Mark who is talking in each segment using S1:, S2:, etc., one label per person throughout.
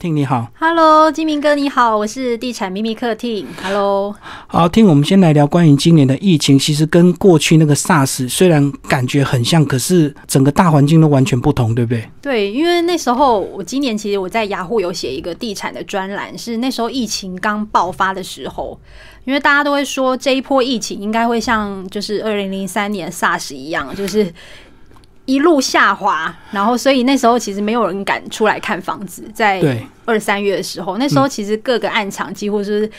S1: 听你好，
S2: Hello，金明哥你好，我是地产秘密客厅。Hello，
S1: 好听，我们先来聊关于今年的疫情。其实跟过去那个 SARS 虽然感觉很像，可是整个大环境都完全不同，对不对？
S2: 对，因为那时候我今年其实我在雅虎有写一个地产的专栏，是那时候疫情刚爆发的时候，因为大家都会说这一波疫情应该会像就是二零零三年 SARS 一样，就是一路下滑，然后所以那时候其实没有人敢出来看房子，在
S1: 对，嗯
S2: 二三月的时候，那时候其实各个暗场几乎就是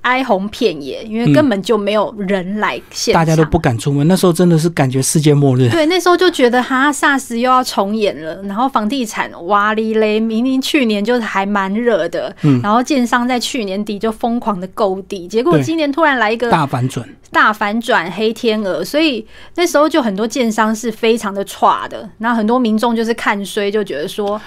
S2: 哀鸿遍野，因为根本就没有人来现场，
S1: 嗯大家都不敢出门，那时候真的是感觉世界末日。
S2: 对，那时候就觉得哈，SARS 又要重演了，然后房地产哇哩嘞，明明去年就是还蛮热的，
S1: 嗯
S2: 然后建商在去年底就疯狂的购地，结果
S1: 对
S2: 今年突然来一个
S1: 大反转，
S2: 大反转黑天鹅，所以那时候就很多建商是非常的差的，那很多民众就是看衰，就觉得说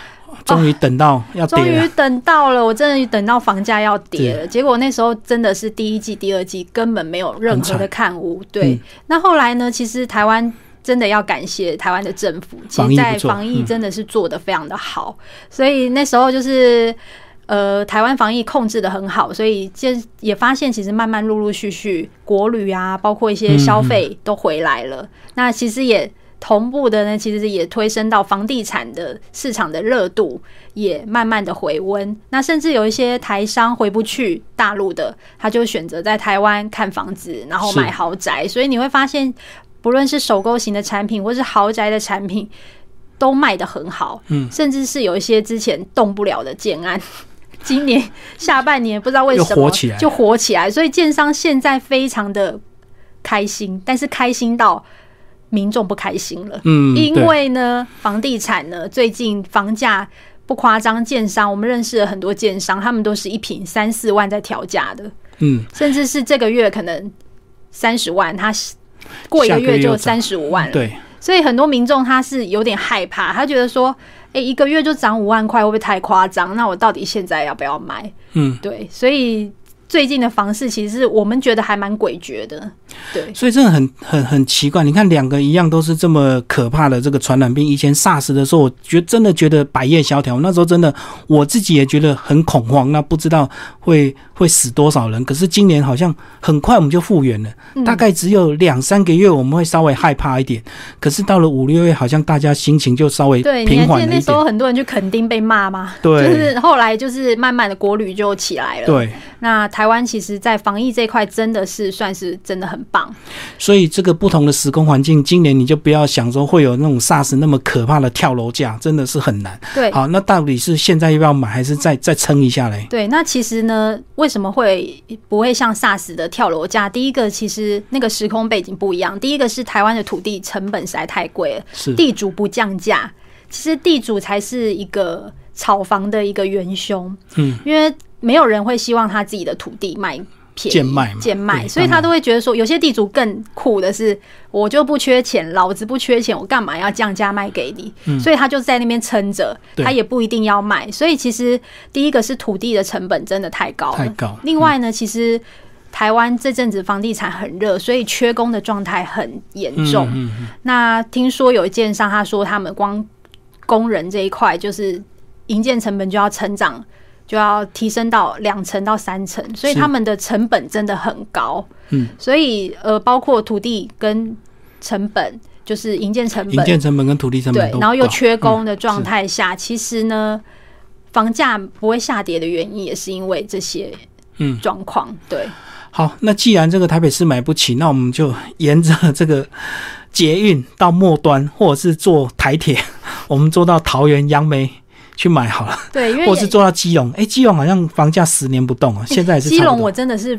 S1: 终于等到要
S2: 终
S1: 跌
S2: 于
S1: 了。
S2: 等到了，我真的等到房价要跌了。结果那时候真的是第一季、第二季根本没有任
S1: 很
S2: 何的
S1: 惨
S2: 看屋。对，
S1: 嗯
S2: 那后来呢？其实台湾。真的要感谢台湾的政府，其
S1: 防疫
S2: 实，
S1: 不
S2: 在
S1: 错
S2: 防疫
S1: 嗯
S2: 真的是做得非常的好，所以那时候就是，呃，台湾防疫控制的很好，所以这也发现其实慢慢陆陆续续国旅啊，包括一
S1: 嗯
S2: 些消费都回来了。那其实也同步的呢，其实也推升到房地产的市场的热度，也慢慢的回温。那甚至有一些台商回不去大陆的，他就选择在台湾看房子，然后
S1: 是
S2: 买豪宅。所以你会发现，不论是首购型的产品，或是豪宅的产品，都卖得很好。
S1: 嗯，
S2: 甚至是有一些之前动不了的建案。 今年下半年不知道为什
S1: 又
S2: 么
S1: 火起来
S2: 就火起来，所以建商现在非常的开心，但是开心到民众不开心了。
S1: 嗯，
S2: 因
S1: 对
S2: 为呢，房地产呢，最近房价不夸张，建商我们认识了很多建商，他们都是一平三四万在调价的，
S1: 嗯，
S2: 甚至是这个月可能三十万，他过一
S1: 下
S2: 个
S1: 个月又
S2: 月就
S1: 涨
S2: 三十五万了。
S1: 对，
S2: 所以很多民众他是有点害怕，他觉得说，哎、一个月就涨五万块，会不会太夸张？那我到底现在要不要买？
S1: 嗯，
S2: 对，所以最近的房市其实是我们觉得还蛮诡谲的，对。
S1: 所以真的很很很奇怪。你看，两个一样都是这么可怕的这个传染病。以前 SARS 的时候，我觉得真的觉得百业萧条，那时候真的我自己也觉得很恐慌，那不知道会 会死多少人。可是今年好像很快我们就复原了。
S2: 嗯
S1: 大概只有两三个月，我们会稍微害怕一点。可是到了五六月，好像大家心情就稍微
S2: 对，你还
S1: 平
S2: 记
S1: 缓
S2: 得
S1: 了一
S2: 那时候
S1: 点。
S2: 很多人去垦丁被骂吗？
S1: 对
S2: 就是后来就是慢慢的国旅就起来了。，
S1: 对，
S2: 那台湾其实，在防疫这一块真的是算是真的很棒。
S1: 所以这个不同的时空环境，今年你就不要想说会有那种 SARS 那么可怕的跳楼价，真的是很难。
S2: 对，
S1: 好，那到底是现在要不要买，还是再再撑一下嘞？
S2: 对，那其实呢，为什么会不会像 SARS 的跳楼价？第一个，其实那个时空背景不一样。第一个是台湾的土地成本实在太贵了，
S1: 是，
S2: 地主不降价，其实地主才是一个炒房的一个元凶。
S1: 嗯，
S2: 因为没有人会希望他自己的土地卖便宜
S1: 贱卖嘛
S2: 贱卖，
S1: 对嗯
S2: 所以
S1: 当
S2: 他
S1: 然
S2: 都会觉得说，有些地主更酷的是，我就不缺钱，老子不缺钱，我干嘛要降价卖给你？所以他就在那边撑着，
S1: 嗯对
S2: 他也不一定要卖。所以其实第一个是土地的成本真的太高了，
S1: 太高嗯
S2: 另外呢，其实。台湾这阵子房地产很热，所以缺工的状态很严重。
S1: 嗯嗯
S2: 那听说有一建商，他说他们光工人这一块，就是营建成本就要成长，就要提升到两成到三成，所以
S1: 是
S2: 他们的成本真的很高。
S1: 嗯，
S2: 所以呃，包括土地跟成本，就是营建成
S1: 嗯，营
S2: 本，
S1: 建成本跟土地成本
S2: 对
S1: 都，
S2: 然后又
S1: 高嗯
S2: 缺工的状态下，其实呢，房价不会下跌的原因，也是因为这些
S1: 嗯
S2: 状况。对，
S1: 好，那既然这个台北市买不起，那我们就沿着这个捷运到末端，或者是坐台铁， 我们坐到桃园杨梅去买好了，
S2: 对，因为哎
S1: 或者是坐到基隆。诶，基隆好像房价十年不动啊，现在也是
S2: 基
S1: 差
S2: 隆，
S1: 不
S2: 我
S1: 多。
S2: 真的是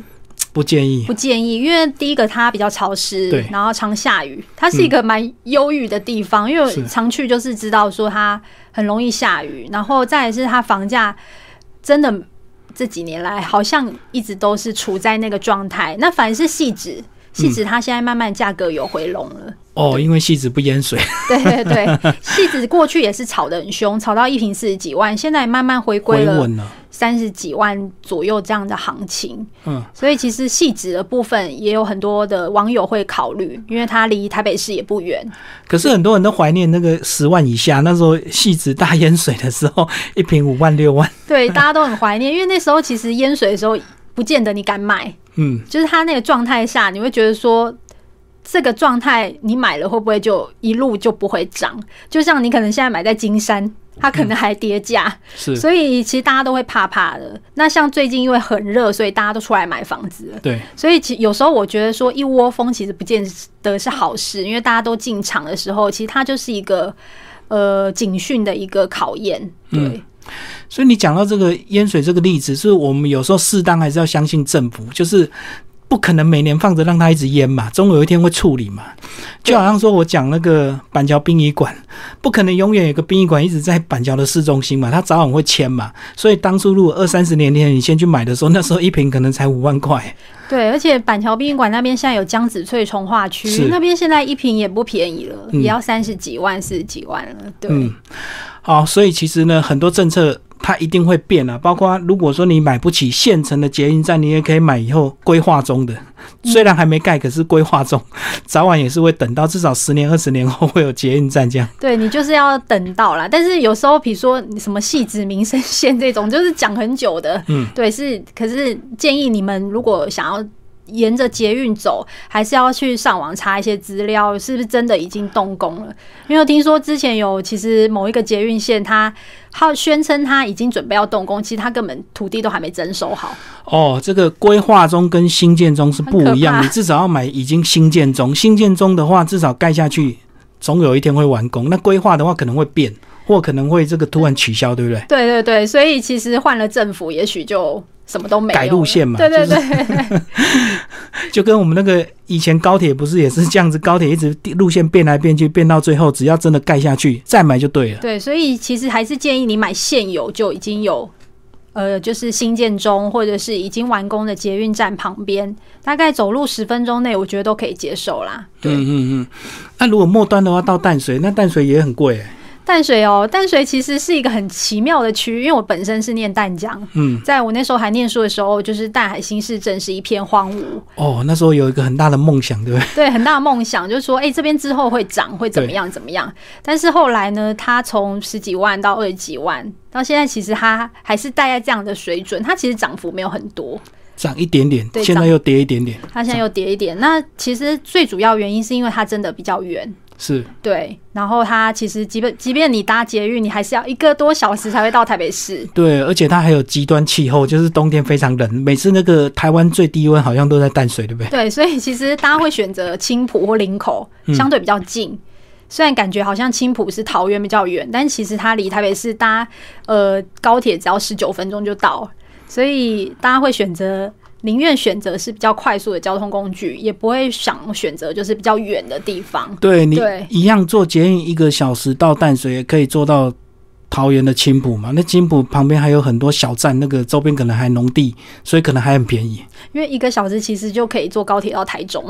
S1: 不建议
S2: 不。建议，因为第一个它比较潮湿
S1: 对，
S2: 然后常下雨，它是一个蛮忧郁的地方，因为
S1: 嗯是
S2: 我常去就是知道说它很容易下雨，然后再来是它房价真的这几年来好像一直都是处在那个状态，那反而是细
S1: 嗯
S2: 纸。细纸它现在慢慢价格有回笼了，
S1: 哦，因为戏子不淹水。
S2: 对对 对，细纸过去也是炒得很凶，炒到一瓶四十几万，现在慢慢回归
S1: 回
S2: 了
S1: 稳了，
S2: 三十几万左右这样的行情。
S1: 嗯，
S2: 所以其实细致的部分也有很多的网友会考虑，因为它离台北市也不远。
S1: 可是很多人都怀念那个十万以下，那时候戏子大淹水的时候，一瓶五万六万，
S2: 对，大家都很怀念，因为那时候其实淹水的时候，不见得你敢买，
S1: 嗯，
S2: 就是它那个状态下，你会觉得说。这个状态，你买了会不会就一路就不会涨？就像你可能现在买在金山，它可能还跌价，
S1: 嗯是
S2: 所以其实大家都会怕怕的。那像最近因为很热，所以大家都出来买房子了。
S1: 对，
S2: 所以其有时候我觉得说一窝蜂其实不见得是好事，因为大家都进场的时候，其实它就是一个呃警讯的一个考验。对，
S1: 嗯所以你讲到这个淹水这个例子，是我们有时候适当还是要相信政府，就是不可能每年放着让它一直淹嘛，总有一天会处理嘛。
S2: 对
S1: 就好像说我讲那个板桥殡仪馆，不可能永远有个殡仪馆一直在板桥的市中心嘛，它早晚会迁嘛。所以当初如果二三十年前你先去买的时候，那时候一瓶可能才五万块，
S2: 对，而且板桥殡仪馆那边现在有江子翠从化区
S1: 是，
S2: 那边现在一平也不便宜了，
S1: 嗯
S2: 也要三十几万、四十几万了。对，
S1: 嗯，好，所以其实呢，很多政策它一定会变啊，包括如果说你买不起现成的捷运站，你也可以买以后规划中的，
S2: 嗯
S1: 虽然还没盖，可是规划中， 早晚也是会等到至少十年、二十年后会有捷运站这样。
S2: 对你就是要等到啦。但是有时候，比如说你什么戏子民生线这种，就是讲很久的，
S1: 嗯，
S2: 对，是。可是建议你们如果想要。沿着捷运走，还是要去上网查一些资料，是不是真的已经动工了？因为我听说之前有，其实某一个捷运线它，它宣称它已经准备要动工，其实它根本土地都还没征收好。
S1: 哦，这个规划中跟新建中是不一
S2: 很可
S1: 样，
S2: 怕
S1: 你至少要买已经新建中，新建中的话至少盖下去，总有一天会完工。那规划的话可能会变，或可能会这个突然取消，对不对？
S2: 对对对，所以其实换了政府，也许就什么都没有了
S1: 改路线嘛
S2: 对对
S1: 就
S2: 对，
S1: 就跟我们那个以前高铁不是也是这样子，高铁一直路线变来变去，变到最后只要真的盖下去再买就对了。
S2: 对，所以其实还是建议你买现有就已经有，呃，就是新建中或者是已经完工的捷运站旁边，大概走路十分钟内，我觉得都可以接受啦。对，
S1: 嗯嗯嗯。那如果末端的话到淡水，那淡水也很贵、欸。
S2: 淡水哦，淡水其实是一个很奇妙的区域，因为我本身是念淡江。
S1: 嗯，
S2: 在我那时候还念书的时候，就是淡海新市镇是一片荒芜，
S1: 哦，那时候有一个很大的梦想，对不对？
S2: 对，很大的梦想，就是说，哎、这边之后会涨，会怎么样，怎么样？但是后来呢，它从十几万到二十几万，到现在其实它还是大概这样的水准，它其实涨幅没有很多，
S1: 涨一点点，
S2: 对
S1: 现在
S2: 涨
S1: 又跌一点点，
S2: 它现在又跌一点。那其实最主要原因是因为它真的比较远，
S1: 是
S2: 对。然后它其实即便即便你搭捷运，你还是要一个多小时才会到台北市。
S1: 对，而且它还有极端气候，就是冬天非常冷，每次那个台湾最低温好像都在淡水，对不对？
S2: 对，所以其实大家会选择青浦或林口，相对比较近。虽然感觉好像青浦是桃园比较远，但其实它离台北市搭呃高铁只要十九分钟就到，所以大家会选择宁愿选择是比较快速的交通工具，也不会想选择就是比较远的地方。
S1: 对你
S2: 对
S1: 一样坐捷运一个小时到淡水，也可以坐到桃园的青浦嘛。那青浦旁边还有很多小站，那个周边可能还农地，所以可能还很便宜。
S2: 因为一个小时其实就可以坐高铁到台中。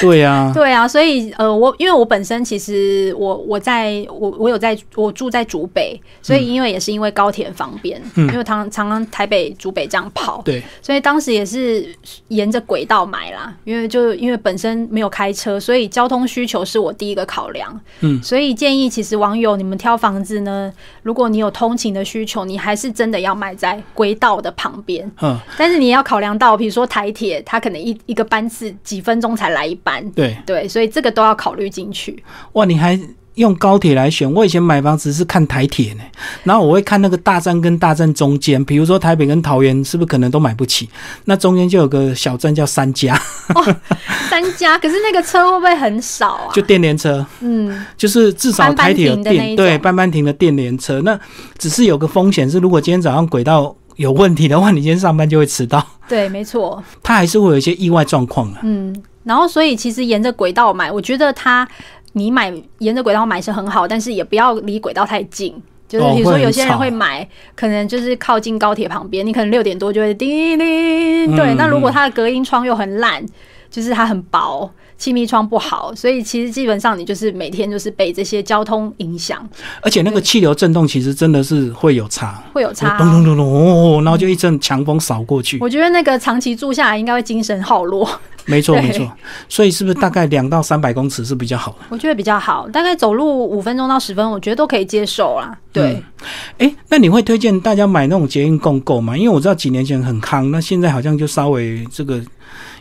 S1: 对啊，
S2: 对啊，所以呃，我因为我本身其实我我在我我有在我住在竹北，所以因为也是因为高铁方便，
S1: 嗯
S2: 因为常常常台北竹北这样跑，
S1: 对，
S2: 所以当时也是沿着轨道买啦，因为就因为本身没有开车，所以交通需求是我第一个考量。
S1: 嗯
S2: 所以建议其实网友你们挑房子呢，如果你有通勤的需求，你还是真的要买在轨道的旁边，
S1: 嗯，
S2: 但是你也要考量到，比如说台铁，它可能一一个班次几分钟才来一班。
S1: 对，
S2: 对，所以这个都要考虑 进去。
S1: 哇，你还用高铁来选？我以前买房子是看台铁呢，然后我会看那个大站跟大站中间，比如说台北跟桃园是不是可能都买不起？那中间就有个小站叫三家，
S2: 三家，可是那个车会不会很少啊？
S1: 就电联车。
S2: 嗯，
S1: 就是至少台铁有
S2: 班班停的那
S1: 电，
S2: 一种
S1: 对，班班停的电联车。那只是有个风险是，如果今天早上轨道有问题的话，你今天上班就会迟到，
S2: 对，没错，
S1: 它还是会有一些意外状况啊。
S2: 嗯。然后，所以其实沿着轨道买，我觉得它你买沿着轨道买是很好，但是也不要离轨道太近。就是
S1: 哦
S2: 比如说，
S1: 会很
S2: 有些人
S1: 吵
S2: 会买，可能就是靠近高铁旁边，你可能六点多就会叮
S1: 嗯
S2: 叮。对，那如果
S1: 嗯
S2: 它的隔音窗又很烂，就是它很薄，气密窗不好，所以其实基本上你就是每天就是被这些交通影响，
S1: 而且那个气流震动其实真的是会有差，
S2: 会有差、
S1: 咚咚咚咚哦，然后就一阵强风扫过去，
S2: 我觉得那个长期住下来应该会精神耗弱，
S1: 没错
S2: 对
S1: 没错。所以是不是大概两到三百公尺是比较 好的？
S2: 我觉得比较好，大概走路五分钟到十分钟，我觉得都可以接受啦。对，
S1: 哎、那你会推荐大家买那种捷运共购吗？因为我知道几年前很夯，那现在好像就稍微这个，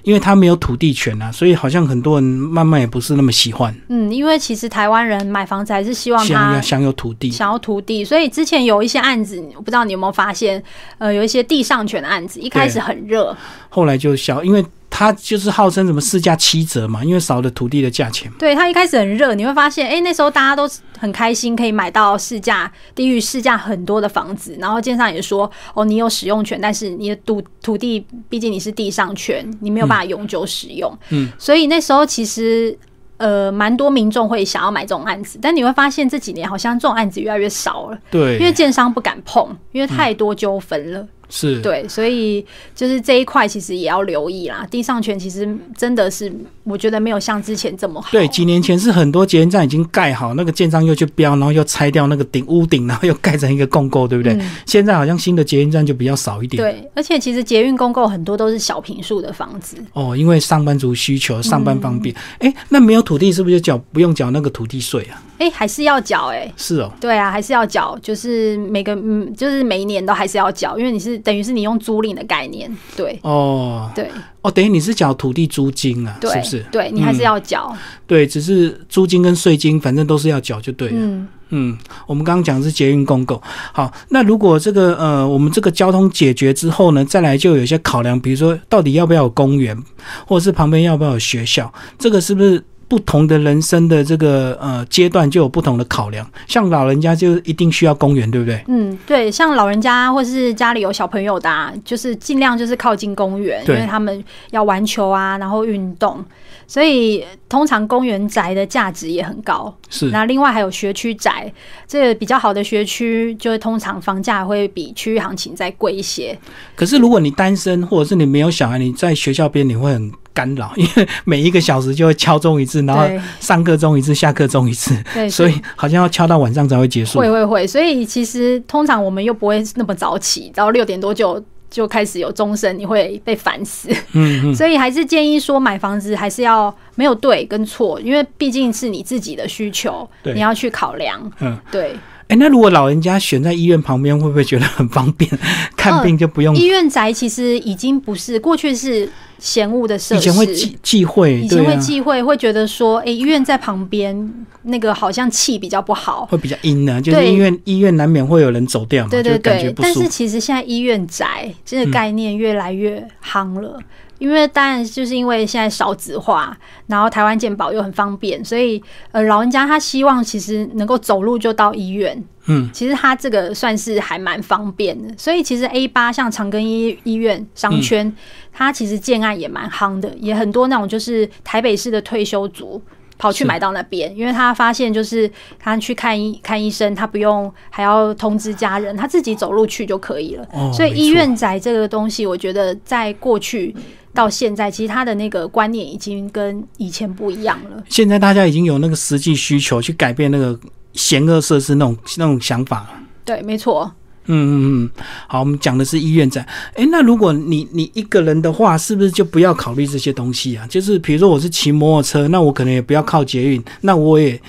S1: 因为它没有土地权啊，所以好像很多人慢慢也不是那么喜欢，
S2: 嗯，因为其实台湾人买房子还是希望
S1: 想
S2: 他
S1: 要享有土地。
S2: 想要土地，所以之前有一些案子，我不知道你有没有发现，呃，有一些地上权的案子，一开始很热，
S1: 后来就小，因为他就是号称什么市价七折嘛，因为少了土地的价钱嘛。
S2: 对它一开始很热，你会发现，哎、那时候大家都很开心，可以买到市价低于市价很多的房子，然后建商也说，哦，你有使用权，但是你的土土地毕竟你是地上权，你没有办法永久使用，
S1: 嗯，
S2: 所以那时候其实。呃，蛮多民众会想要买这种案子，但你会发现这几年好像这种案子越来越少了，因为
S1: 对，嗯
S2: 建商不敢碰，因为太多纠纷了。
S1: 是，
S2: 对，所以就是这一块其实也要留意啦。地上权其实真的是，我觉得没有像之前这么好。
S1: 对，几年前是很多捷运站已经盖好，那个建商又去标，然后又拆掉那个顶屋顶，然后又盖成一个共购，对不对？
S2: 嗯
S1: 现在好像新的捷运站就比较少一点。
S2: 对，而且其实捷运公购很多都是小平数的房子，
S1: 哦，因为上班族需求，上班方便。
S2: 嗯
S1: 哎、那没有土地是不是就缴不用缴那个土地税啊？
S2: 哎、还是要缴哎、
S1: 是哦，
S2: 对啊，还是要缴，就是每个嗯，就是每一年都还是要缴，因为你是等于是你用租赁的概念，对
S1: 哦
S2: 对
S1: 哦，等于你是缴土地租金啊，
S2: 对，
S1: 是不是？
S2: 对你还是
S1: 嗯
S2: 要缴，
S1: 对，只是租金跟税金，反正都是要缴就对了。
S2: 嗯
S1: 嗯，我们刚刚讲的是捷运公共。好，那如果这个呃，我们这个交通解决之后呢，再来就有一些考量，比如说到底要不要有公园，或者是旁边要不要有学校，这个是不是不同的人生的这个呃阶段就有不同的考量？像老人家就一定需要公园，对不对？
S2: 嗯，对，像老人家或是家里有小朋友的、啊，就是尽量就是靠近公园，因
S1: 对
S2: 为他们要玩球啊，然后运动，所以通常公园宅的价值也很高。
S1: 是
S2: 那另外还有学区宅，这个比较好的学区，就是通常房价会比区域行情再贵一些。
S1: 可是如果你单身，或者是你没有小孩，你在学校边你会很干扰，因为每一个小时就会敲钟一次，然后
S2: 对
S1: 上课钟一次，下课钟一次，
S2: 对，
S1: 所以好像要敲到晚上才会结束
S2: 会。会会，所以其实通常我们又不会那么早起，到六点多就就开始有钟声，你会被烦死。
S1: 嗯嗯，
S2: 所以还是建议说，买房子还是要没有对跟错，因为毕竟是你自己的需求，
S1: 对
S2: 你要去考量。
S1: 嗯，
S2: 对，
S1: 哎、那如果老人家选在医院旁边，会不会觉得很方 便？看病就不用。
S2: 呃医院宅其实已经不是过去是嫌恶的设
S1: 以前会
S2: 施。
S1: 忌忌讳，
S2: 以前
S1: 对
S2: 会
S1: 啊，
S2: 忌讳，会觉得说，哎、医院在旁边，那个好像气比较不好。
S1: 会比较阴呢、就是
S2: 对
S1: 医院医院难免会有人走掉嘛，
S2: 对
S1: 就
S2: 对
S1: 感觉
S2: 对，
S1: 不
S2: 但
S1: 舒
S2: 是
S1: 服。
S2: 其实现在医院宅这个概念越来越夯了，因为当然就是因为现在少子化，然后台湾健保又很方便，所以呃老人家他希望其实能够走路就到医院，
S1: 嗯，
S2: 其实他这个算是还蛮方便的，所以其实 A 八像长庚医医院商圈，
S1: 嗯
S2: 它其实建案也蛮夯的，也很多那种就是台北市的退休族。跑去
S1: 是
S2: 买到那边，因为他发现就是他去看医看医生，他不用还要通知家人，他自己走路去就可以了。
S1: 哦
S2: 所以
S1: 没
S2: 医
S1: 错
S2: 院宅这个东西，我觉得在过去到现在，其实他的那个观念已经跟以前不一样了。
S1: 现在大家已经有那个实际需求去改变那个险恶设施那种那种想法了。
S2: 对，没错。
S1: 嗯嗯嗯，好，我们讲的是医院站。哎，那如果你你一个人的话，是不是就不要考虑这些东西啊？就是比如说我是骑摩托车，那我可能也不要靠捷运，那我也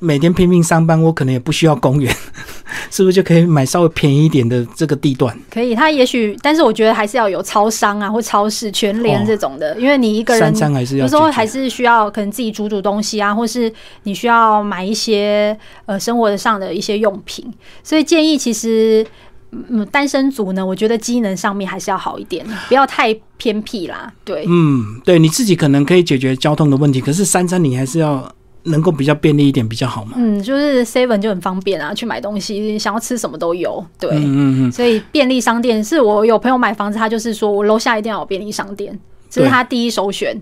S1: 每天拼命上班，我可能也不需要公园， 是不是就可以买稍微便宜一点的这个地段？
S2: 可以，他也许，但是我觉得还是要有超商啊，或超市、全联这种的，因为你一个人
S1: 哦三餐还是要
S2: 有
S1: 解
S2: 时
S1: 决。
S2: 候还是需要可能自己煮煮东西啊，或是你需要买一些呃生活上的一些用品，所以建议其实。嗯，单身族呢，我觉得机能上面还是要好一点，不要太偏僻啦。对，
S1: 嗯，对，你自己可能可以解决交通的问题，可是三餐你还是要能够比较便利一点比较好嘛。
S2: 嗯，就是 Seven 就很方便啊，去买东西，想要吃什么都有。对，
S1: 嗯嗯嗯，
S2: 所以便利商店是我有朋友买房子，他就是说我楼下一定要有便利商店，这是他第一首选。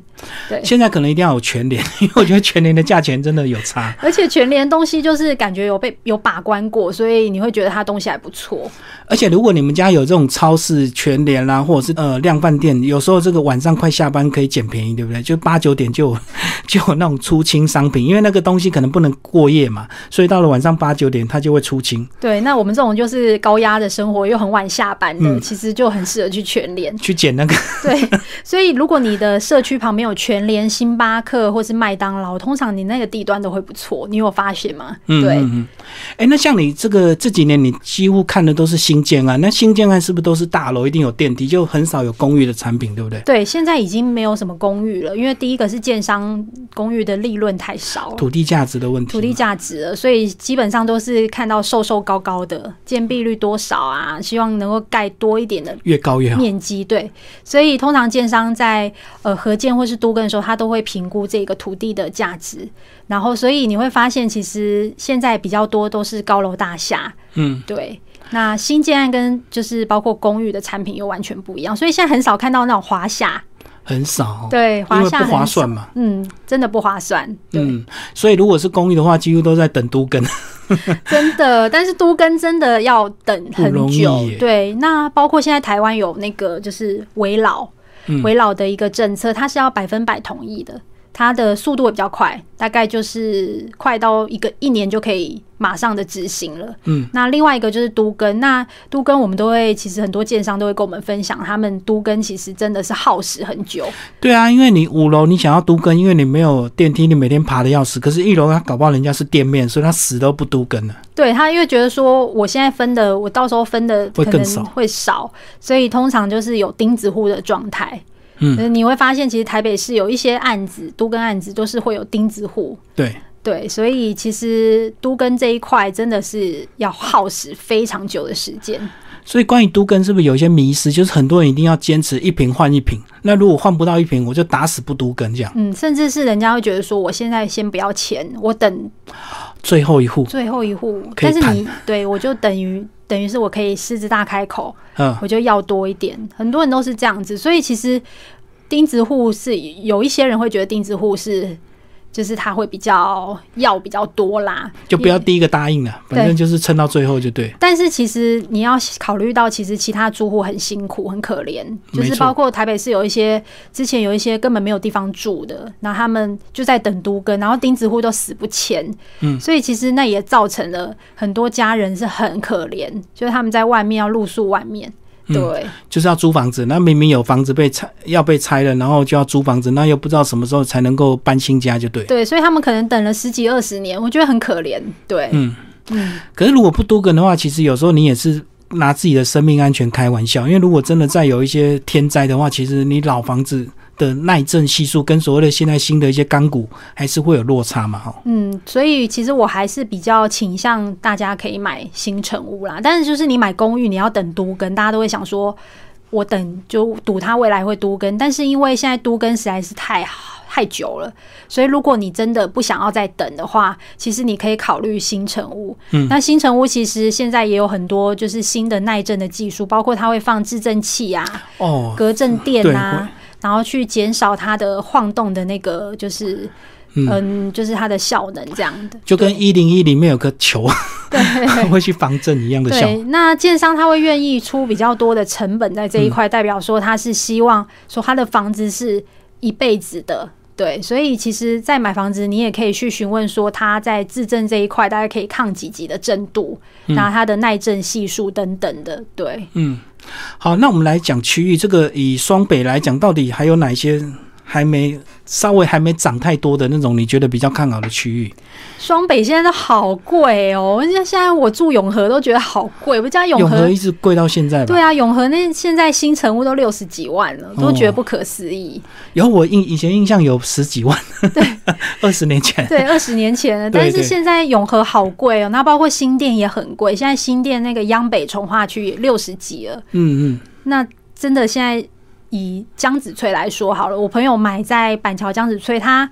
S2: 对，
S1: 现在可能一定要有全联， 因为我觉得全联的价钱真的有差。
S2: 而且全联东西就是感觉有被有把关过，所以你会觉得它东西还不错。
S1: 而且如果你们家有这种超市、全联啦、或者是呃量贩店，有时候这个晚上快下班可以捡便宜，对不对？就八九点就有 就有那种出清商品，因为那个东西可能不能过夜嘛，所以到了晚上八九点它就会出清。
S2: 对，那我们这种就是高压的生活，又很晚下班的，
S1: 嗯
S2: 其实就很适合去全 联。
S1: 去捡那个，
S2: 对，所以如果你的社区旁边有全联、星巴克或是麦当劳，通常你那个地段都会不错。你有发现吗？
S1: 嗯，
S2: 对，
S1: 嗯嗯哎、那像你这个这几年，你几乎看的都是新建啊案，那新建案是不是都是大楼，一定有电梯，就很少有公寓的产品，对不对？
S2: 对，现在已经没有什么公寓了，因为第一个是建商公寓的利润太少了。
S1: 土地价值的问题，
S2: 哦土地价值了，所以基本上都是看到瘦瘦高高的，建蔽率多少啊？希望能够盖多一点的
S1: 越高越好。
S2: 面积，对。所以通常建商在呃合建或是都更的时候，他都会评估这个土地的价值，然后所以你会发现，其实现在比较多都是高楼大厦，
S1: 嗯，
S2: 对。那新建案跟就是包括公寓的产品又完全不一样，所以现在很少看到那种华夏，
S1: 很少、哦，
S2: 对，
S1: 因
S2: 华
S1: 为
S2: 夏
S1: 不
S2: 很
S1: 划
S2: 少，
S1: 算嘛。
S2: 嗯，真的不划算，对。
S1: 嗯，所以如果是公寓的话，几乎都在等都更。
S2: 真的，但是都跟真的要等很
S1: 不容易
S2: 久
S1: 耶。
S2: 对，那包括现在台湾有那个就是围老
S1: 嗯，
S2: 围老的一个政策，它是要百分百同意的，它的速度会比较快，大概就是快到一个一年就可以马上的执行了。
S1: 嗯，
S2: 那另外一个就是都跟，那都跟我们都会，其实很多建商都会跟我们分享，他们都跟其实真的是耗时很久。
S1: 对啊，因为你五楼你想要都更，因为你没有电梯，你每天爬的要死。可是，一楼他搞不好人家是店面，所以他死都不都更了。
S2: 对他，因为觉得说我现在分的，我到时候分的
S1: 会
S2: 可
S1: 更
S2: 能
S1: 少
S2: 会少，所以通常就是有钉子户的状态。
S1: 嗯
S2: 就是你会发现其实台北市有一些案子，都跟案子都是会有钉子户。
S1: 对，
S2: 对，所以其实都跟这一块真的是要耗时非常久的时间。
S1: 所以关于都更是不是有一些迷失？就是很多人一定要坚持一瓶换一瓶。那如果换不到一瓶，我就打死不都更这样。
S2: 嗯，甚至是人家会觉得说，我现在先不要钱，我等
S1: 最后一户，
S2: 最后一户，
S1: 可以
S2: 但是
S1: 谈
S2: 你对我就等于等于是我可以狮子大开口，
S1: 嗯，
S2: 我就要多一点。很多人都是这样子，所以其实钉子户是有一些人会觉得钉子户是，就是他会比较要比较多啦，
S1: 就不要
S2: 也
S1: 第一个答应了，反正就是撑到最后就对。
S2: 但是其实你要考虑到，其实其他住户很辛苦、很可怜，就
S1: 没
S2: 是
S1: 错
S2: 包括台北市有一些之前有一些根本没有地方住的，然后他们就在等都跟，然后钉子户都死不签，
S1: 嗯
S2: 所以其实那也造成了很多家人是很可怜，就是他们在外面要露宿外面，
S1: 嗯
S2: 对。
S1: 就是要租房子，那明明有房子被拆，要被拆了，然后就要租房子，那又不知道什么时候才能够搬新家，就对。
S2: 对，所以他们可能等了十几二十年，我觉得很可怜。对，
S1: 嗯
S2: 嗯
S1: 可是如果不都更的话，其实有时候你也是拿自己的生命安全开玩笑，因为如果真的再有一些天灾的话，其实你老房子的耐震系数跟所谓的现在新的一些钢骨还是会有落差嘛，哈。
S2: 嗯，所以其实我还是比较倾向大家可以买新城屋啦，但是就是你买公寓，你要等都跟，大家都会想说，我等就赌它未来会都跟，但是因为现在都跟实在是太好太久了，所以如果你真的不想要再等的话，其实你可以考虑新城屋。
S1: 嗯
S2: 那新城屋其实现在也有很多就是新的耐震的技术，包括它会放制震器啊，
S1: 哦，
S2: 隔震垫
S1: 对
S2: 啊，然后去减少它的晃动的那个，就是
S1: 嗯
S2: 嗯就是它的效能这样的。
S1: 就跟一零一里面有个球
S2: 对
S1: 会去防震一样的效
S2: 对
S1: 果。，
S2: 那建商他会愿意出比较多的成本在这一
S1: 嗯
S2: 块，代表说他是希望说他的房子是一辈子的。对，所以其实，在买房子，你也可以去询问说，他在自证这一块大概可以抗几级的震度，那它的耐震系数等等的，对。
S1: 嗯，好，那我们来讲区域，这个以双北来讲，到底还有哪些还没稍微还没涨太多的那种，你觉得比较看好的区域？
S2: 双北现在都好贵哦，人家现在我住永和都觉得好贵，我家
S1: 永
S2: 永和
S1: 和一直贵到现在吧？
S2: 对啊，永和那现在新城屋都六十几万了，都
S1: 哦
S2: 觉得不可 思议。
S1: 有我印以前印象有十几万， 对，二十年前，
S2: 对，二十年前了，
S1: 对
S2: 但是
S1: 对
S2: 现在永和好贵哦，那包括新店也很贵，现在新店那个央北从化区也六十几了，
S1: 嗯嗯，
S2: 那真的现在以江子翠来说好了，我朋友买在板桥江子翠，他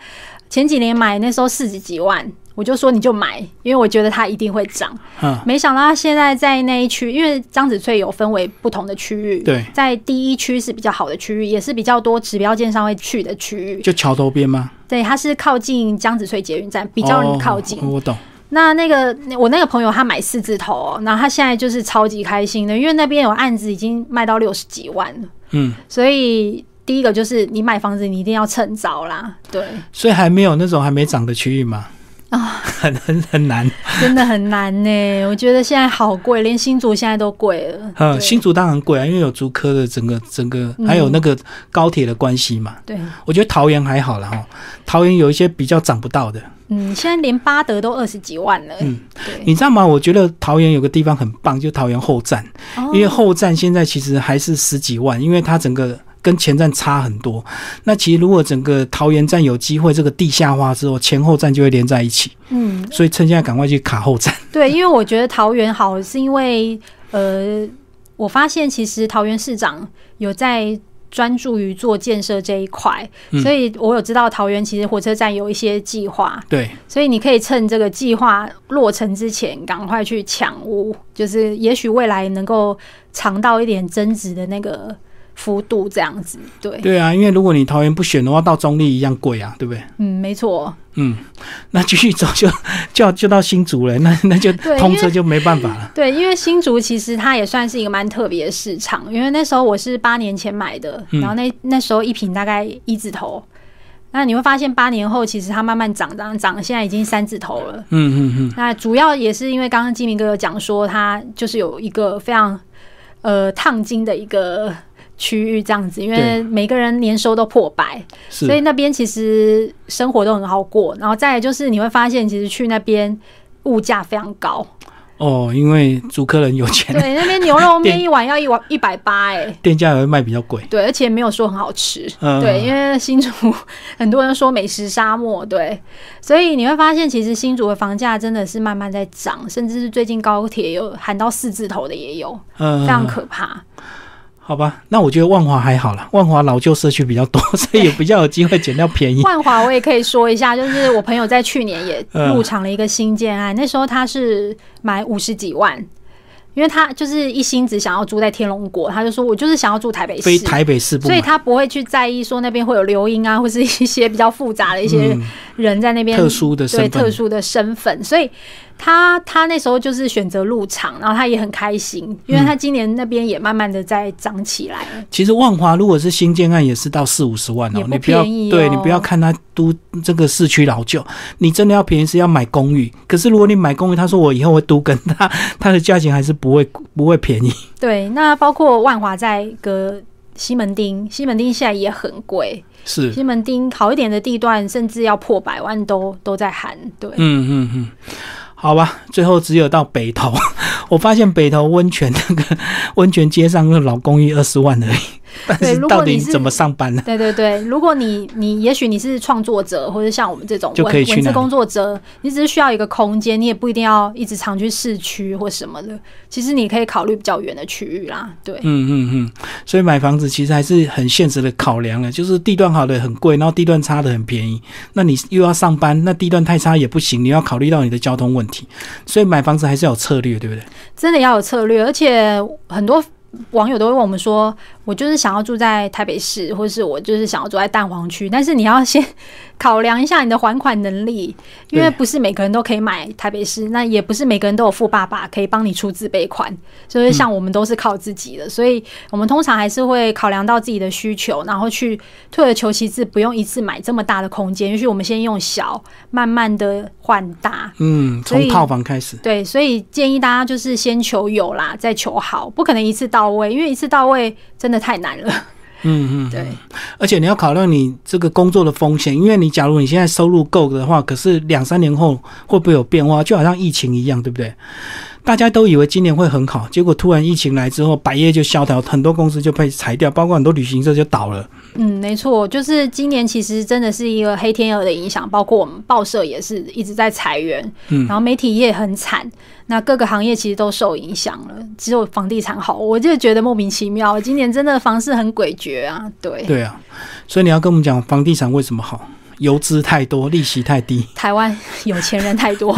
S2: 前几年买那时候四十几万，我就说你就买，因为我觉得它一定会涨。
S1: 嗯
S2: 没想到它现在在那一区，因为张子翠有分为不同的区域，
S1: 对
S2: 在第一区是比较好的区域，也是比较多指标建商会去的区域。
S1: 就桥头边吗？
S2: 对，它是靠近江子翠捷运站，比较
S1: 哦
S2: 靠近。
S1: 我懂。
S2: 那那个我那个朋友他买四字头、哦，然后他现在就是超级开心的，因为那边有案子已经卖到六十几万了，
S1: 嗯，
S2: 所以第一个就是你买房子你一定要趁早啦，对，
S1: 所以还没有那种还没涨的区域嘛。啊，很很很难。
S2: 真的很难呢、我觉得现在好贵，连新竹现在都贵了，
S1: 呃，
S2: 对
S1: 新竹当然贵啊，因为有竹科的整个整个，
S2: 嗯
S1: 还有那个高铁的关系嘛。
S2: 对，
S1: 我觉得桃园还好啦哈，桃园有一些比较涨不到的。
S2: 嗯，现在连巴德都二十几万了、
S1: 嗯
S2: 对，
S1: 你知道吗？我觉得桃园有个地方很棒，就桃园后站，
S2: 哦
S1: 因为后站现在其实还是十几万，因为它整个。跟前站差很多，那其实如果整个桃园站有机会这个地下化之后，前后站就会连在一起，
S2: 嗯，
S1: 所以趁现在赶快去卡后站。
S2: 对，因为我觉得桃园好，是因为呃，我发现其实桃园市长有在专注于做建设这一块，
S1: 嗯
S2: 所以我有知道桃园其实火车站有一些计划，
S1: 对，
S2: 所以你可以趁这个计划落成之前，赶快去抢屋，就是也许未来能够尝到一点增值的那个幅度，这样子。对，
S1: 对啊，因为如果你桃园不选的话，到中立一样贵啊，对不对？
S2: 嗯，没错，
S1: 嗯，那继续走就就要就到新竹了，那那就
S2: 对
S1: 通
S2: 因
S1: 车就没办法了。
S2: 对，因为新竹其实它也算是一个蛮特别的市场，因为那时候我是八年前买的，
S1: 嗯
S2: 然后那那时候一瓶大概一字头，那你会发现八年后其实它慢慢涨涨涨，现在已经三字头了。
S1: 嗯嗯嗯，
S2: 那主要也是因为刚刚金明哥有讲说，它就是有一个非常呃烫金的一个区域这样子，因为
S1: 对
S2: 每个人年收都破百，
S1: 是
S2: 所以那边其实生活都很好过。然后再来就是你会发现，其实去那边物价非常高，
S1: 哦，因为竹科人有钱，
S2: 对，那边牛肉面
S1: 店
S2: 一碗要一碗一百八，哎，
S1: 店家也会卖比较贵。
S2: 对，而且没有说很好吃。
S1: 嗯、
S2: 对，因为新竹很多人说美食沙漠，对，所以你会发现其实新竹的房价真的是慢慢在涨，甚至是最近高铁有喊到四字头的也有，
S1: 嗯、
S2: 非常可怕。
S1: 好吧。那我觉得万华还好啦，万华老旧社区比较多， 所以也比较有机会捡到便宜。
S2: 万华我也可以说一下，就是我朋友在去年也
S1: 嗯
S2: 入场了一个新建案，那时候他是买五十几万，因为他就是一心只想要住在天龙国，他就说我就是想要住台北
S1: 非
S2: 市。
S1: 台北市不
S2: 所以
S1: 买，
S2: 他不会去在意说那边会有留音啊，或是一些比较复杂的一些
S1: 嗯
S2: 人在那边、
S1: 特殊的
S2: 对
S1: 身
S2: 特
S1: 份，
S2: 殊的身份，所以他他那时候就是选择入场，然后他也很开心，因为他今年那边也慢慢的在涨起来了。
S1: 其实万华如果是新建案，也是到四五十万哦。
S2: 也不
S1: 你不要、
S2: 便宜哦
S1: 对你不要看它都这个市区老旧，你真的要便宜是要买公寓。可是如果你买公寓，他说我以后会都跟 他，他的价钱还是不会不会便宜。
S2: 对，那包括万华在隔西门町，西门町现在也很贵，
S1: 是，
S2: 西门町好一点的地段甚至要破百万都都在喊。对，
S1: 嗯嗯嗯，好吧，最后只有到北投。 我发现北投温泉那个温泉街上那老公寓二十万而已，但
S2: 对
S1: 是
S2: 如果
S1: 到底
S2: 你是
S1: 怎么上班呢？
S2: 对对对，如果你你也许你是创作者，或者像我们这种
S1: 就
S2: 文
S1: 可以去
S2: 文字
S1: 哪里
S2: 工作者，你只是需要一个空间，你也不一定要一直常去市区或什么的。其实你可以考虑比较远的区域啦。对，
S1: 嗯嗯嗯，所以买房子其实还是很现实的考量了，就是地段好的很贵，然后地段差的很便宜。那你又要上班，那地段太差也不行，你要考虑到你的交通问题。所以买房子还是要有策略，对不对？
S2: 真的要有策略，而且很多。网友都会问我们说：“我就是想要住在台北市，或是我就是想要住在蛋黄区。”但是你要先考量一下你的还款能力，因
S1: 对
S2: 为不是每个人都可以买台北市，那也不是每个人都有富爸爸可以帮你出自备款。所以像我们都是靠自己的，所以我们通常还是会考量到自己的需求，然后去退而求其次，不用一次买这么大的空间，也许我们先用小，慢慢的换大。
S1: 嗯，
S2: 所以
S1: 从套房开始。
S2: 对，所以建议大家就是先求有啦，再求好，不可能一次到位，因为一次到位真的太难了。
S1: 嗯嗯，
S2: 对，
S1: 而且你要考量你这个工作的风险，因为你假如你现在收入够的话，可是两三年后会不会有变化？就好像疫情一样，对不对？大家都以为今年会很好，结果突然疫情来之后，百业就萧条，很多公司就被裁掉，包括很多旅行社就倒了。
S2: 嗯，没错，就是今年其实真的是一个黑天鹅的影响，包括我们报社也是一直在裁员，
S1: 嗯
S2: 然后媒体业很惨，那各个行业其实都受影响了，只有房地产好，我就觉得莫名其妙，今年真的房市很诡谲啊，对。
S1: 对啊，所以你要跟我们讲房地产为什么好？油资太多，利息太低。
S2: 台湾有钱人 太多，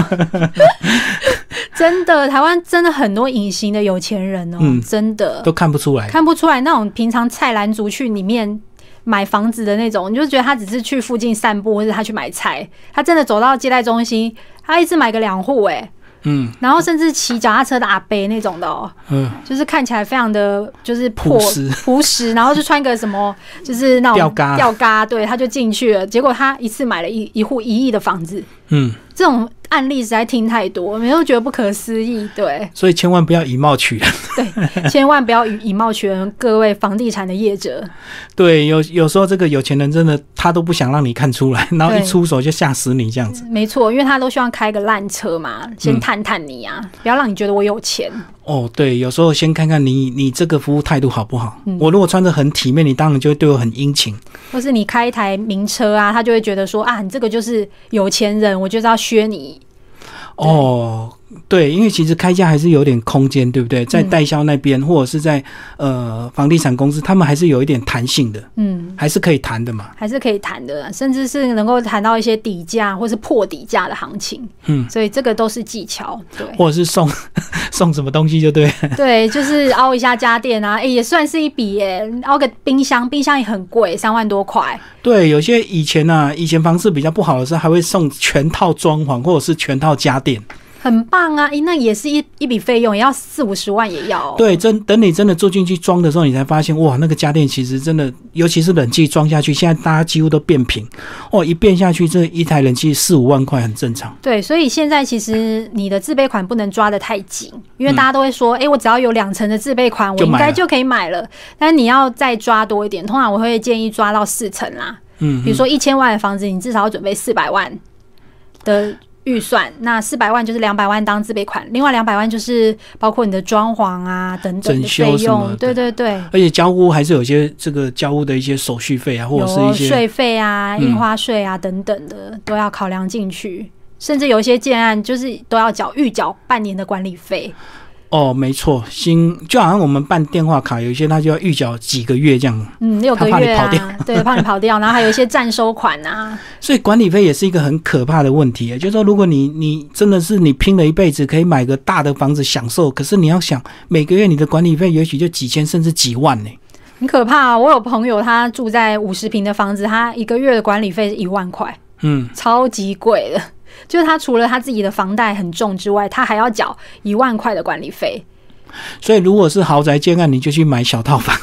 S2: 真的，台湾真的很多隐形的有钱人哦，
S1: 嗯
S2: 真的
S1: 都看不出来。
S2: 看不出来那种平常菜篮族去里面买房子的那种，你就觉得他只是去附近散步，或者他去买菜，他真的走到接待中心，他一次买个两户哎，
S1: 嗯
S2: 然后甚至骑脚踏车的阿伯那种的哦，
S1: 嗯，
S2: 就是看起来非常的就是
S1: 朴
S2: 破
S1: 实
S2: 朴实，然后就穿个什么就是那种
S1: 吊嘎
S2: 吊嘎，对，他就进去了，结果他一次买了一一户一亿的房子，
S1: 嗯，，
S2: 这种案例实在听太多，没有觉得不可思议，对
S1: 所以千万不要以貌取人。
S2: 对，千万不要以以貌取人，各位房地产的业者，
S1: 对，有有时候这个有钱人真的他都不想让你看出来， 然后一
S2: 对
S1: 出手就吓死你这样子。
S2: 没错，因为他都希望开个烂车嘛，先
S1: 嗯
S2: 探探你啊，不要让你觉得我有钱，
S1: 哦，对，有时候先看看你你这个服务态度好不好。
S2: 嗯
S1: 我如果穿的很体面，你当然就会对我很殷勤。
S2: 或是你开一台名车啊，他就会觉得说啊，你这个就是有钱人，我就是要削你，
S1: 哦，对，因为其实开价还是有点空间，对不对？
S2: 嗯
S1: 在代销那边、或者是在呃房地产公司，他们还是有一点弹性的，
S2: 嗯。
S1: 还是可以谈的嘛。
S2: 还是可以谈的，啊甚至是能够谈到一些底价或是破底价的行情，
S1: 嗯，
S2: 所以这个都是技巧。对
S1: 或者是送 送什么东西就对了。
S2: 对，就是凹一下家电啊，哎、 也算是一笔耶、凹个冰箱，冰箱也很贵，三万多块。
S1: 对，有些以前啊，以前房市比较不好的时候，还会送全套装潢或者是全套家电。
S2: 很棒啊！哎、那也是一一笔费用，也要四五十万也要哦、
S1: 对，真等你真的住进去装的时候，你才发现哇，那个家电其实真的，尤其是冷气装下去，现在大家几乎都变频哦，一变下去，这一台冷气四五万块很正常。
S2: 对，所以现在其实你的自备款不能抓得太紧，因为大家都会说，哎、我只要有两成的自备款，我
S1: 嗯就
S2: 应
S1: 买
S2: 该
S1: 了
S2: 就可以买了。但你要再抓多一点，通常我会建议抓到四成啦。
S1: 嗯，
S2: 比如说一千万的房子，你至少要准备四百万的预算，那四百万就是两百万当自备款，另外两百万就是包括你的装潢啊等等的
S1: 整修
S2: 费
S1: 什么
S2: 用，
S1: 的
S2: 对对对，
S1: 而且交屋还是有些这个交屋的一些手续费啊，或者是
S2: 有
S1: 一些
S2: 税费啊、
S1: 嗯
S2: 印花税啊等等的都要考量进去。甚至有一些建案就是都要缴预缴半年的管理费，
S1: 哦，没错，新就好像我们办电话卡，有一些他就要预缴几个月这样，
S2: 嗯，六个
S1: 他怕你
S2: 月
S1: 跑
S2: 啊， 对，怕你跑掉，然后还有一些暂收款 啊，
S1: 所以管理费也是一个很可怕的问题。也就是说，如果你你真的是你拼了一辈子可以买个大的房子享受，可是你要想每个月你的管理费也许就几千甚至几万呢、
S2: 很可怕、啊。我有朋友他住在五十平的房子，他一个月的管理费是一万块。
S1: 嗯，
S2: 超级贵的。 就是他除了他自己的房贷很重之外，他还要缴一万块的管理费。
S1: 所以如果是豪宅建案，你就去买小套房。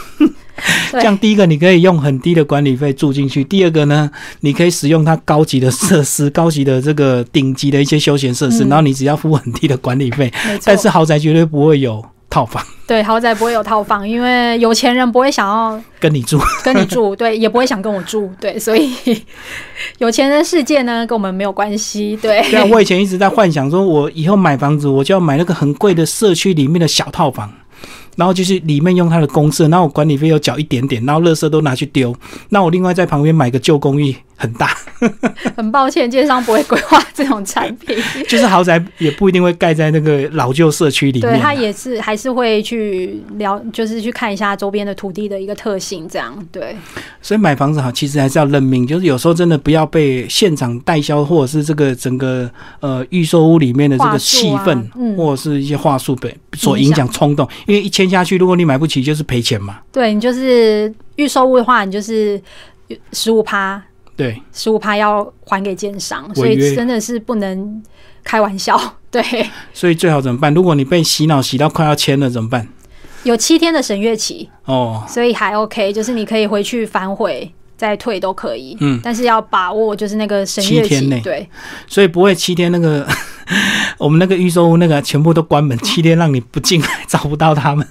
S1: 这
S2: 对
S1: 样，第一个你可以用很低的管理费住进去；第二个呢，你可以使用它高级的设施、高级的这个顶级的一些休闲设施，
S2: 嗯
S1: 然后你只要付很低的管理费。
S2: 没
S1: 但
S2: 错，
S1: 是豪宅绝对不会有套房
S2: 对豪宅不会有套房，因为有钱人不会想要
S1: 跟你住。
S2: 跟你 住，对，也不会想跟我住，对，所以 有钱人世界呢跟我们没有关系，对，
S1: 对啊，我以前一直在幻想，说我以后买房子，我就要买那个很贵的社区里面的小套房，然后就是里面用它的公社，然后我管理费又缴一点点，然后垃圾都拿去丢，那我另外在旁边买个旧公寓，很 大，
S2: 很抱歉，建商不会规划这种产品，
S1: 就是豪宅也不一定会盖在那个老旧社区里
S2: 对
S1: 面
S2: 他
S1: 啊。
S2: 也是还是会去了，就是去看一下周边的土地的一个特性，这样，对，
S1: 所以买房子哈，其实还是要认命，就是有时候真的不要被现场代销或者是这个整个呃预售屋里面的这个
S2: 话
S1: 气
S2: 术啊
S1: 氛。
S2: 嗯，
S1: 或者是一些话术被所影响冲动，因为一签下去，如果你买不起，就是赔钱嘛。
S2: 对你就是预售物的话，你就是十五趴，
S1: 对，
S2: 十五趴要还给建商，所
S1: 违约
S2: 以真的是不能开玩笑。对，
S1: 所以最好怎么办？如果你被洗脑洗到快要签了怎么办？
S2: 有七天的审阅期，
S1: 哦，
S2: 所以还 OK，就是你可以回去反悔再退都可以，
S1: 嗯
S2: 但是要把握就是那个审阅
S1: 七天
S2: 期
S1: 内，
S2: 对，
S1: 所以不会七天那个 我们那个预售屋那个全部都关
S2: 嗯
S1: 门，七天让你不进来，找不到 他们。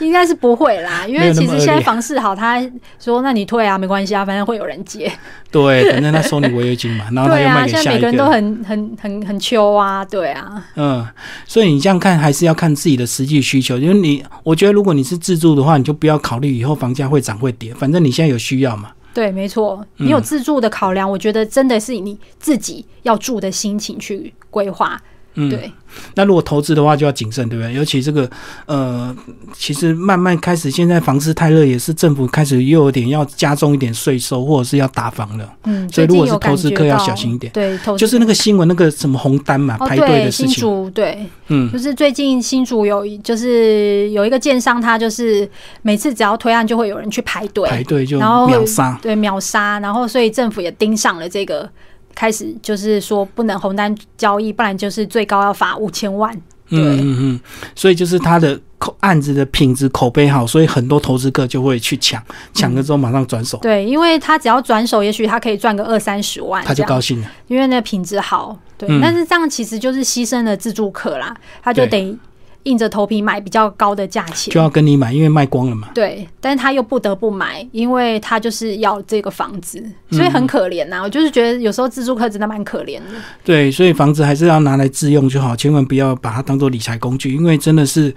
S2: 应该是不会啦，因
S1: 没有
S2: 为
S1: 那么
S2: 其实现
S1: 恶
S2: 在
S1: 劣
S2: 房市好，他说那你退啊，没关系啊，反正会有人接，
S1: 对，反正他收你违约金嘛，然后他
S2: 对
S1: 又卖
S2: 啊，
S1: 给
S2: 现在
S1: 下
S2: 每
S1: 一
S2: 个人都
S1: 个。
S2: 很很很很秋啊，对啊，
S1: 嗯，所以你这样看还是要看自己的实际需求，因为你我觉得如果你是自住的话，你就不要考虑以后房价会涨会跌，反正你现在有需要嘛。
S2: 对，没错，
S1: 嗯
S2: 你有自住的考量，我觉得真的是你自己要住的心情去规划
S1: 嗯，
S2: 对，
S1: 那如果投资的话，就要谨慎，对不对？尤其这个，呃，其实慢慢开始，现在房市太热，也是政府开始又有点要加重一点税收，或者是要打房了。
S2: 嗯，
S1: 所以如
S2: 最近
S1: 果是
S2: 有感
S1: 投资
S2: 觉
S1: 客要
S2: 到
S1: 小心一点
S2: 哦对，投资
S1: 就是那个新闻，那个什么红单嘛，
S2: 哦，
S1: 啊排队
S2: 对，
S1: 的事
S2: 新
S1: 情。
S2: 竹对，
S1: 嗯
S2: 就是最近新竹有一就是有一个建商，他就是每次只要推案就会有人去排队，
S1: 排队就
S2: 然后
S1: 秒杀。
S2: 对秒杀，然后所以政府也盯上了这个，开始就是说不能红单交易，不然就是最高要罚五千万。对
S1: 嗯嗯嗯，所以就是他的口案子的品质口碑好，所以很多投资客就会去抢，抢了之后马上转手，
S2: 对，因为他只要转手，也许他可以赚个二三十万，
S1: 他就高，兴了。
S2: 因为那品质好。对，
S1: 嗯
S2: 但是这样其实就是牺牲了自住客啦，他就
S1: 对
S2: 得硬着头皮买比较高的价钱
S1: 就。要跟你买，因为卖光了嘛。
S2: 对，但是他又不得不买，因为他就是要这个房子，所以很可怜啊呐、我就是觉得有时候自住客真的蛮可怜的。
S1: 对，所以房子还是要拿来自用就好，千万不要把它当做理财工具，因为真的是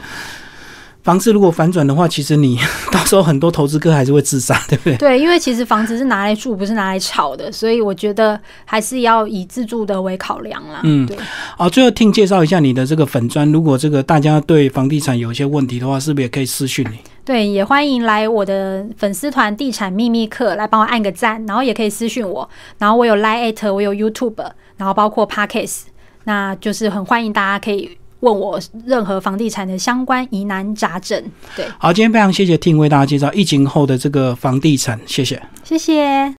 S1: 房子如果反转的话，其实你到时候很多投资客还是会自杀，对不 对？
S2: 对，因为其实房子是拿来住，不是拿来炒的，所以我觉得还是要以自住的为考量啦。
S1: 嗯
S2: 对，
S1: 好，最后听介绍一下你的这个粉砖，如果这个大家对房地产有一些问题的话，是不是也可以私讯你？
S2: 对，也欢迎来我的粉丝团“地产秘密课”来帮我按个赞，然后也可以私讯我，然后我有 Line at，我有 YouTube，然后包括 Podcast，那就是很欢迎大家可以问我任何房地产的相关疑难杂症。对，
S1: 好，今天非常谢谢听为大家介绍疫情后的这个房地产，谢谢。
S2: 谢谢。